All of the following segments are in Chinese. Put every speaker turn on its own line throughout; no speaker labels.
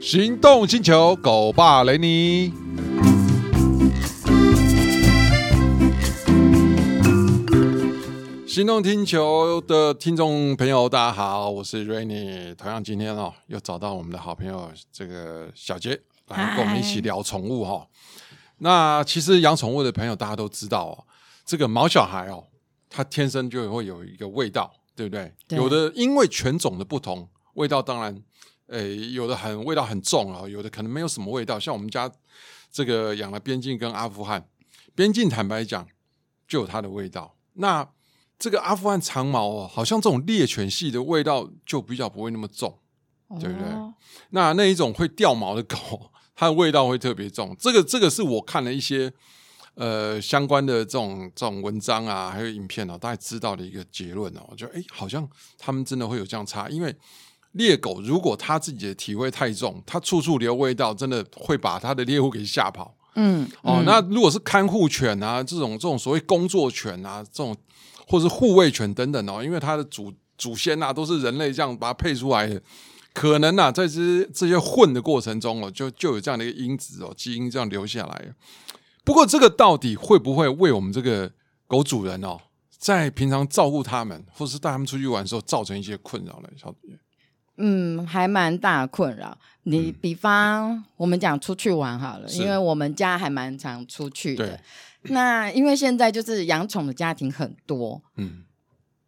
行动星球狗爸雷尼。行动听球的听众朋友，大家好，我是 Rainy。同样今天哦，又找到我们的好朋友这个小杰来跟我们一起聊宠物哈、哦。那其实养宠物的朋友大家都知道哦，这个毛小孩哦，它天生就会有一个味道，对不对？
对
有的因为犬种的不同，味道当然，诶，有的很味道很重啊，有的可能没有什么味道。像我们家这个养了边境跟阿富汗，边境坦白讲就有它的味道。那这个阿富汗长毛哦，好像这种猎犬系的味道就比较不会那么重。对不对
哦
那那一种会掉毛的狗，它的味道会特别重。这个这个是我看了一些呃相关的这种这种文章啊，还有影片啊，大概知道的一个结论哦、我觉得哎，好像他们真的会有这样差，因为猎狗如果它自己的体味太重，它处处留味道，真的会把它的猎物给吓跑。
嗯，
哦，
嗯
那如果是看护犬啊，这种这种所谓工作犬啊，这种或是护卫犬等等哦，因为它的祖祖先啊都是人类这样把它配出来的，可能啊在这这些混的过程中哦，就就有这样的一个因子哦，基因这样留下来。不过这个到底会不会为我们这个狗主人哦，在平常照顾它们，或是带它们出去玩的时候，造成一些困扰呢？小姐，
嗯，还蛮大困扰。你比方我们讲出去玩好了，
嗯是
因为我们家还蛮常出去
对
的。，那因为现在就是养宠的家庭很多，
嗯，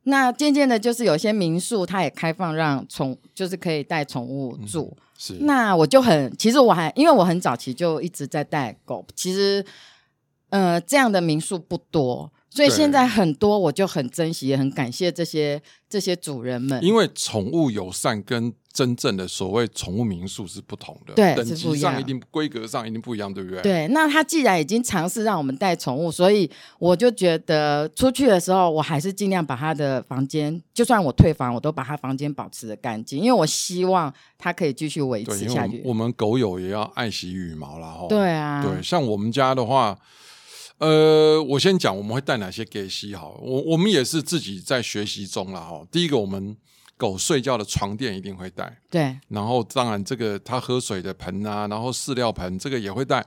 那渐渐的，就是有些民宿它也开放让宠，就是可以带宠物住。
嗯是，
那我就很，其实我还因为我很早期就一直在带狗，其实呃这样的民宿不多，所以
对
现在很多我就很珍惜，也很感谢这些这些主人们。
因为宠物友善跟真正的所谓宠物民宿是不同的，
对
等
是
级
不一
上
样
一定规格上一定不一样，对不对？，
对，那他既然已经尝试让我们带宠物，所以我就觉得出去的时候，我还是尽量把他的房间，就算我退房，我都把他房间保持的干净，因为我希望他可以继续维
对，
持
因为
下
我们
去。
我们狗友也要爱惜羽毛啦，吼。
对啊，
对，像我们家的话，呃，我先讲我们会带哪些给息好了，我我们也是自己在学习中啦，哈。第一个，我们狗睡觉的床垫一定会带，
对
然后当然这个它喝水的盆啊，然后饲料盆这个也会带。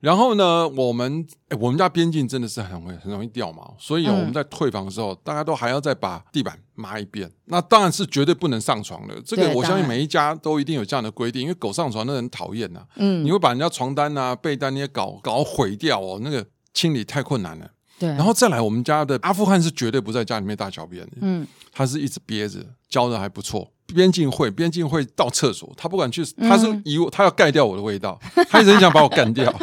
然后呢，我们诶我们家边境真的是很会很容易掉毛，所以、哦
嗯
我们在退房的时候，大家都还要再把地板抹一遍。那当然是绝对不能上床的，这个
对
我相
当
信
然
每一家都一定有这样的规定，因为狗上床那很讨厌呐、
嗯
你，会把人家床单啊、被单那些搞搞毁掉哦，那个清理太困难了。
对，
然后再来，我们家的阿富汗是绝对不在家里面大小便的，
嗯，
他是一直憋着，教的还不错。边境会，边境会到厕所，他不管去，
嗯
他是以我，他要盖掉我的味道，他一直很想把我干掉。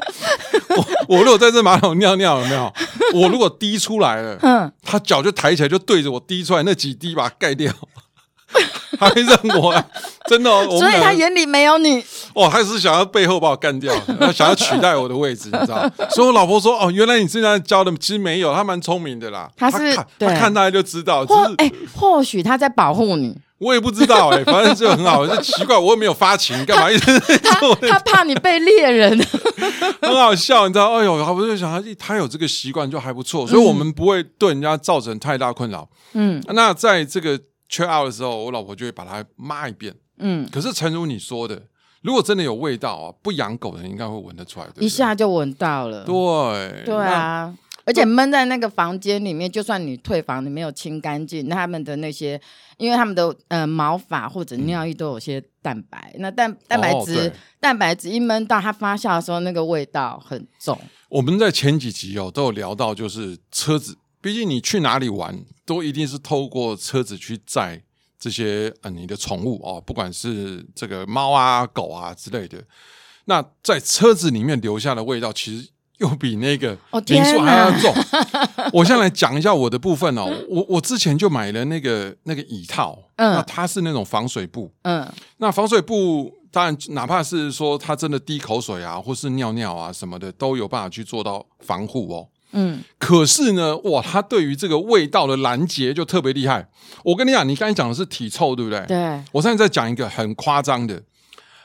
我我如果在这马桶尿尿有没有？我如果滴出来了，
嗯，
他脚就抬起来就对着我滴出来那几滴，把它盖掉。 还会让我真的哦、我们
所以
两
他
个
眼里没有你，
哦，他是想要背后把我干掉，他想要取代我的位置，你知 道？所以我老婆说，哦，原来你这样教的，其实没有，他蛮聪明的啦。
他是
看
对
他看他就知道，只
或
是
哎、或许他在保护你，
我也不知道哎、反正就很好，就奇怪，我又没有发情，干嘛一直
他他怕你被猎人，
很好笑，你知道？哎呦，我就想他他有这个习惯就还不错，所以我们不会对人家造成太大困扰。
嗯
那在这个 check out 的时候，我老婆就会把它骂一遍。
嗯，
可是诚如你说的，如果真的有味道啊，不养狗的人应该会闻得出来，对不对
一下就闻到了，
对
对
那
啊，而且闷在那个房间里面，就算你退房，你没有清干净，那他们的那些，因为他们的呃毛发或者尿液都有些蛋白，那蛋蛋白
哦
质、
对
蛋白质一闷到它发酵的时候，那个味道很重。
我们在前几集哦都有聊到，就是车子，毕竟你去哪里玩，都一定是透过车子去载这些呃你的宠物哦，不管是这个猫啊、狗啊之类的。那在车子里面留下的味道，其实又比那个
哦
民宿
天
还要
哪
重。 我先来讲一下我的部分哦，我我之前就买了那个那个椅套，
嗯
那它是那种防水布，
嗯，
那防水布当然，哪怕是说它真的滴口水啊，或是尿尿啊什么的，都有办法去做到防护哦。
嗯，
可是呢，哇，它对于这个味道的拦截就特别厉害。我跟你讲，你刚才讲的是体臭，对不对？。
对，
我现在再讲一个很夸张的，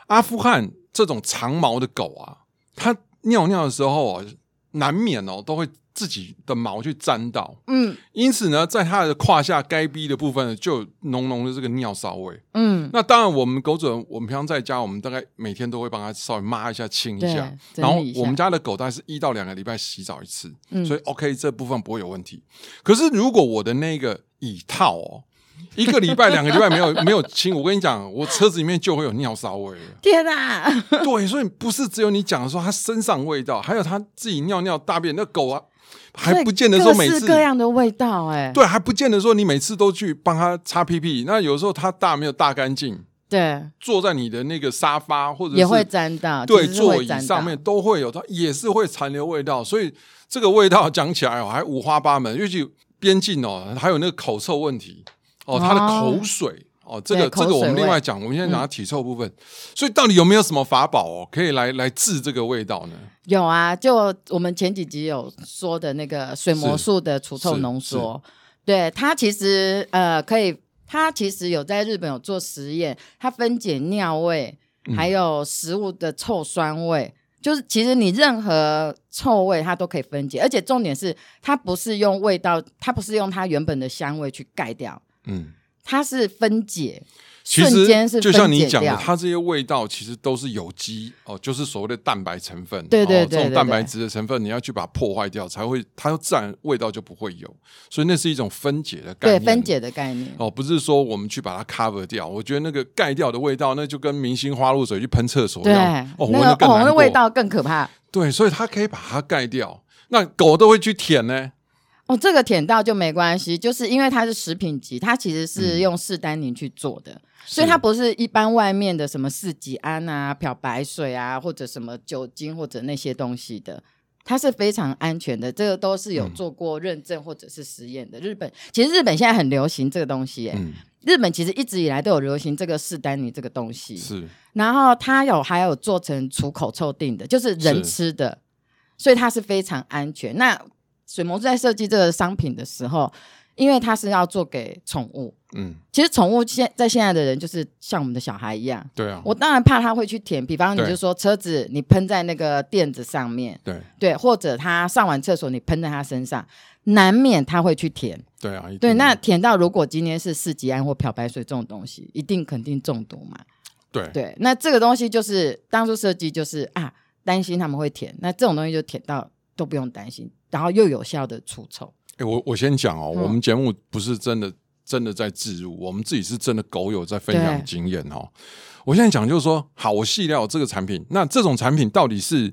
阿富汗这种长毛的狗啊，它尿尿的时候啊，难免哦都会自己的毛去沾到，
嗯
因此呢，在它的胯下该逼的部分呢，就有浓浓的这个尿骚味。
嗯，
那当然，我们狗主人，我们平常在家，我们大概每天都会帮它稍微抹一下、清一
对
下。
整
然后
理一下
我们家的狗大概是一到两个礼拜洗澡一次，
嗯
所以 OK 这部分不会有问题。可是如果我的那个椅套 哦，一个礼拜、两个礼拜没有没 有清，我跟你讲，我车子里面就会有尿骚味了。
天啊哪、
对，所以不是只有你讲说它身上味道，还有它自己尿尿、大便，那狗啊还不见得说每
各
次
式各样的味道、哎，
对，还不见得说你每次都去帮它擦屁屁。那有时候它大没有大干净，
对
坐在你的那个沙发或者是
也会沾到，
对
其实是会
座椅
沾
上
到
面，都会有，它也是会残留味道。所以这个味道讲起来哦，还五花八门，尤其边境哦，还有那个口臭问题哦，它的
哦
口水。哦，这
对
个这
口
个我们
水
另
味嗯
外讲，我们现在讲它体臭部分，所以到底有没有什么法宝哦，可以来来治这个味道呢？
有啊，就我们前几集有说的那个水魔术的除臭浓缩，对它其实呃可以，它其实有在日本有做实验，它分解尿味，
嗯
还有食物的臭酸味。就是其实你任何臭味它都可以分解，而且重点是它不是用味道，它不是用它原本的香味去盖掉，
嗯，
它是分解，
其
瞬间
实
是
就像
分
你
解
讲的，
掉
它这些味道其实都是有机哦，就是所谓的蛋白成分。
对对
哦
对
这
对
种蛋白
对
质的成分，你要去把它破坏掉，才会它自然味道就不会有。所以那是一种分解的概
对
念。
分解的概念。
哦，不是说我们去把它 cover 掉。我觉得那个盖掉的味道，那就跟明星花露水去喷厕所一
对，
样，哦，闻
那
得
个
更
哦，
难
那
过。
味道更可怕。
对，所以它可以把它盖掉。那狗都会去舔呢，
哦，这个舔到就没关系，就是因为它是食品级，它其实
嗯
是用士丹宁去做的，所以它不是一般外面的什么四己胺啊、漂白水啊，或者什么酒精或者那些东西的。它是非常安全的，这个都是
嗯
有做过认证或者是实验的。日本其实日本现在很流行这个东西、欸，
嗯，
日本其实一直以来都有流行这个士丹宁这个东西。
是
然后它有还有做成除口臭定的，就是人吃的，所以它是非常安全。那水魔在设计这个商品的时候，因为它是要做给宠物，
嗯，
其实宠物现在现在的人就是像我们的小孩一样，
对啊，
我当然怕它会去舔，比方你
对
就说车子你喷在那个垫子上面，
对
对，或者它上完厕所你喷在它身上，难免它会去舔。
对啊，一
对，
定
那舔到如果今天是四级胺或漂白水这种东西，一定肯定中毒嘛。
对
对，那这个东西就是当初设计就是啊，担心他们会舔，那这种东西就舔到都不用担心，然后又有效的除臭。
哎、我我先讲哦，
嗯
我们节目不是真的真的在置入，我们自己是真的狗友在分享
对
经验哦。我现在讲就是说，好，我细料这个产品，那这种产品到底是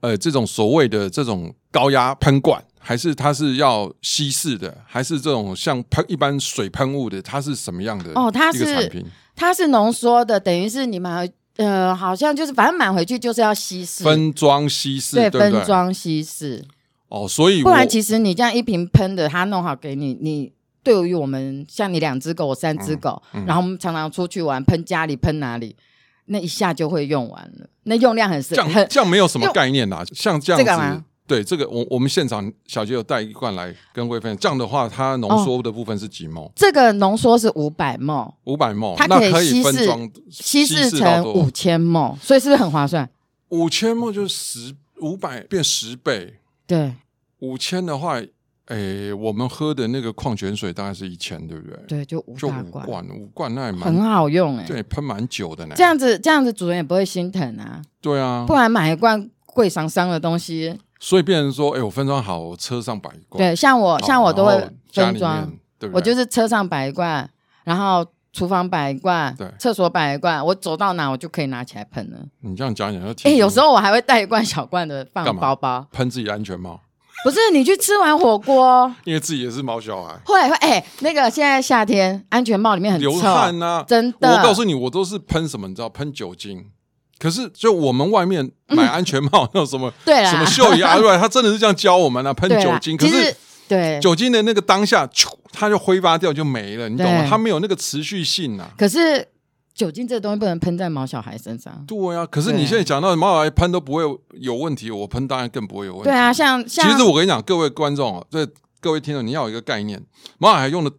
呃这种所谓的这种高压喷管，还是它是要稀释的，还是这种像喷一般水喷雾的，它是什么样的
哦它
一个
是
产品
它是浓缩的，等于是你买回呃，好像就是反正买回去就是要稀释，
分装稀释，
对
对不
分
对？
装稀释，
哦，所以
不然
我
其实你这样一瓶喷的，它弄好给你，你。对于我们像你两只狗，我三只
嗯
狗，然后我们常常出去玩，喷家里喷哪里，那一下就会用完了，那用量很
这
深，很
样这样没有什么
用
概念 啦，像这样
这个
子
吗。
对这个，我我们现场小杰有带一罐来跟各位分享。这样的话，它浓缩的部分是几毛？
这个浓缩是五百毫
五百毛，
嗯它
那
可以
可
稀
以分
释
装
稀释
到
成
多
五千梦，所以是不是很划算？
五千毛就是十五百变十倍，
对
五千的话，诶，我们喝的那个矿泉水大概是一千，对不对？，
对，就五
就
大
五
罐，
罐，五罐那也
很
蛮
好用哎、
对，喷蛮久的呢
这。样子这样子主人也不会心疼啊，
对啊
不，然买一罐贵伤伤的东西，
所以变成说，诶，我分装好，我车上摆一罐，
对，像我
好
像我都会
哦然后家
分
里
装
面，，对不对？
我就是车上摆一罐，然后厨房摆一罐
对，
厕所摆一罐，我走到哪我就可以拿起来喷了。
你这样讲讲要提
哎、
醒
有
我
时候我还会带一罐小罐的放
干嘛
包包，
喷自己安全帽，
不是你去吃完火锅。
因为自己也是毛小孩，
会会哎、那个现在夏天，安全帽里面很
流
臭，
汗呐、
真的。
我告诉你，我都是喷什么，你知道，喷酒精。可是，就我们外面买安全帽那种什么
对啦，
什么秀仪啊，对吧？他真的是这样教我们啊，喷
对
酒
啦
精。可
其
是
实对，
酒精的那个当下，咻它就挥发掉就没了，你懂吗？
对
它没有那个持续性啊。
可是酒精这个东西不能喷在毛小孩身上。
对啊，可是
对
你现在讲到毛小孩喷都不会有问题，我喷当然更不会有问题。
对啊，像像
其实我跟你讲，各位观众哦，这各位听众，你要有一个概念，毛小孩用的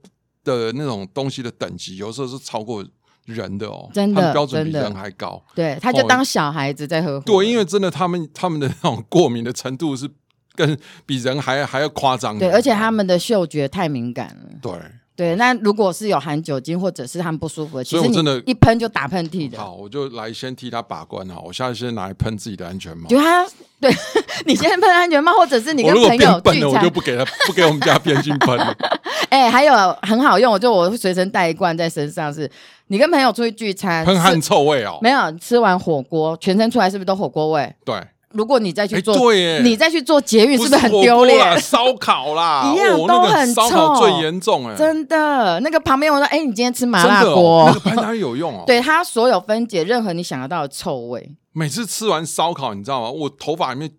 的那种东西的等级，有时候是超过人的哦，
真的
他们标准比
真的
人还高。
对，他就
哦
当小孩子在呵 护。
对，因为真的他们他们的那种过敏的程度是更比人还还要夸张的。
对，而且他们的嗅觉太敏感了。
对，
对，那如果是有含酒精或者是他们不舒服的，其
所以
实
我
你
真的
一喷就打喷嚏的。
好，我就来先替他把关好，我下次先拿来喷自己的安全帽
就。他对 你先喷安全帽，或者是你
我
跟
如果
朋
变
友
笨
聚
了，我就
餐，
不给他， 不给我们家边境喷 了。
哎、还有很好用，我就我会随身带一罐在身上是，你跟朋友出去聚餐，
喷汗
吃
臭味哦。
没有吃完火锅，全身出来是不是都火锅味？
对，
如果你再
哎
去做，
对耶
你再去做捷运是
是
是很
火锅
丢
啦
脸？
烧烤啦，
一样
哦那
都
个
很
烧烤
臭
最严重哎，
真的，那个旁边我说，哎、你今天吃麻
真
辣
的哦，
锅，
那个喷哪里有用哦？，
对它所有分解任何你想得到的臭味。
每次吃完烧烤，你知道吗？我头发里面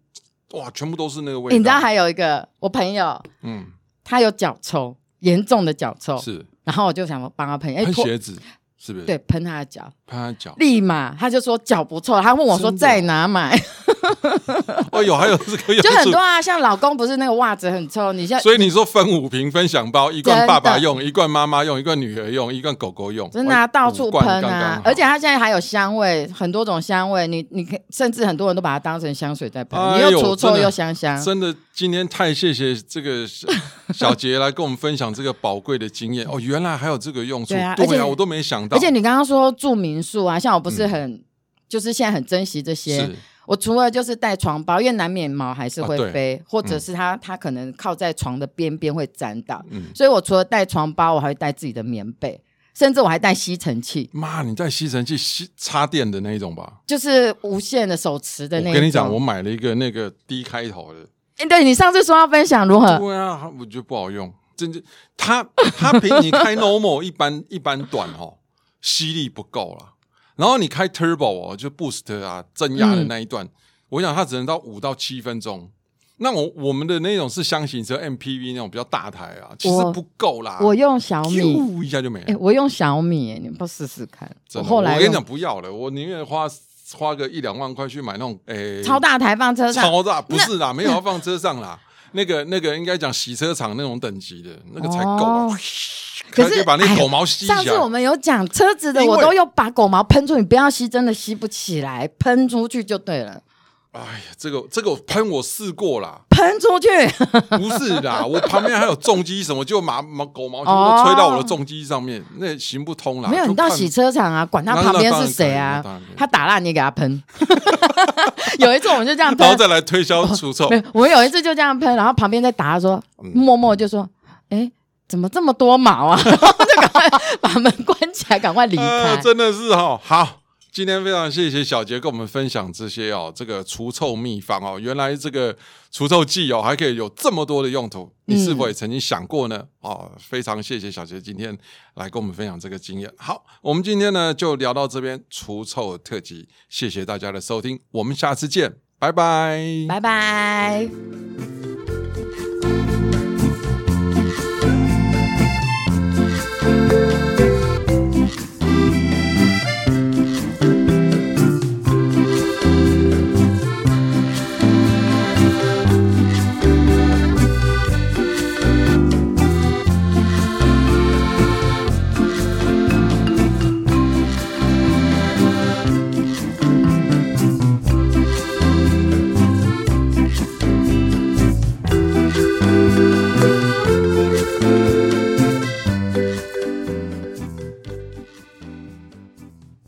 哇，全部都是那个味道。
你知道还有一个我朋友，
嗯，
他有脚臭，严重的脚臭，
是
然后我就想帮他喷，哎、
喷
哦脱
鞋子，是不是？
对，喷他的脚。
喷他脚。
立马他就说脚不臭，他问我说
真的
在哪买，
哦，有还有这个，有
就很
这
多
个。
啊，像老公不是那个袜子很臭，你像
所以你说分五瓶分享包，一罐
真的
爸爸用，一罐妈妈用，一罐女儿用，一罐狗狗用，
真的、啊、
哇
到处
五
喷
罐
啊，
刚刚好
而且它现在还有香味，很多种香味，你你可以甚至很多人都把它当成香水在喷，
哎
你
呦
又除
真
臭
的
又香香。
真的，今天太谢谢这个小小杰来跟我们分享这个宝贵的经验哦，原来还有这个用处，
对啊而且
我都没想到，
而且你刚刚说住民宿啊，像我不是很、就是现在很珍惜这些，
嗯是
我除了就是带床包，因为难免毛还是
啊
会
对
飞，或者是它、它可能靠在床的边边会沾到，
嗯，
所以我除了带床包，我还会带自己的棉被，甚至我还带吸尘器。
妈，你在吸尘器吸插电的那一种吧？
就是无限的手持的那一
我
种。
跟你讲，我买了一个那个 D 开头的，
哎对你上次说要分享如何？
对啊，我觉得不好用，真的，它它比你开 normal 一般一般短哦，吸力不够啦。然后你开 turbo 哦，就 boost 啊增压
嗯
的那一段，我想它只能到五到七分钟。那我我们的那种是箱型车 MPV 那种比较大台啊，其实
我
不够啦，
我用小米，
咻一下就没了。
哎、我用小米、哎你们不试试看？
真的
后来
我跟你
用
讲，不要了，我宁愿花花个一两万块去买那种诶、
超大台放车上，
超大，不是啦，没有要放车上啦。那个那个应该讲洗车场那种等级的，那个才够啊、
哦
可
可是哎
以把那狗毛吸一下
上。次我们有讲车子的，
因为
我都有把狗毛喷出，你不要吸，真的吸不起来，喷出去就对了，，
哎呀，这个这个我喷我试过啦
喷出 去。
不是啦， 我旁边还有重机什么，就马马狗毛全部都吹到我的重机上面，那行不通啦。
哦没有，
就
你到
看
洗车场啊，管他
那
旁边
那当
是
然
谁啊
可以那当然可以，
他打蜡你也给他喷。 有一次我们就这样
然
喷
后，再来推销除臭
没，有，我有一次就这样喷，然后旁边在打的时候，
嗯
默默就说：“哎、怎么这么多毛啊？” 然后就赶快把门关起来，赶快离开。
呃，真的是哈、哦、好。今天非常谢谢小杰跟我们分享这些哦，这个除臭秘方哦，原来这个除臭剂哦还可以有这么多的用途，你是否也曾经想过呢？
嗯
哦，非常谢谢小杰今天来跟我们分享这个经验。好，我们今天呢就聊到这边除臭特辑，谢谢大家的收听，我们下次见，拜拜。
拜拜。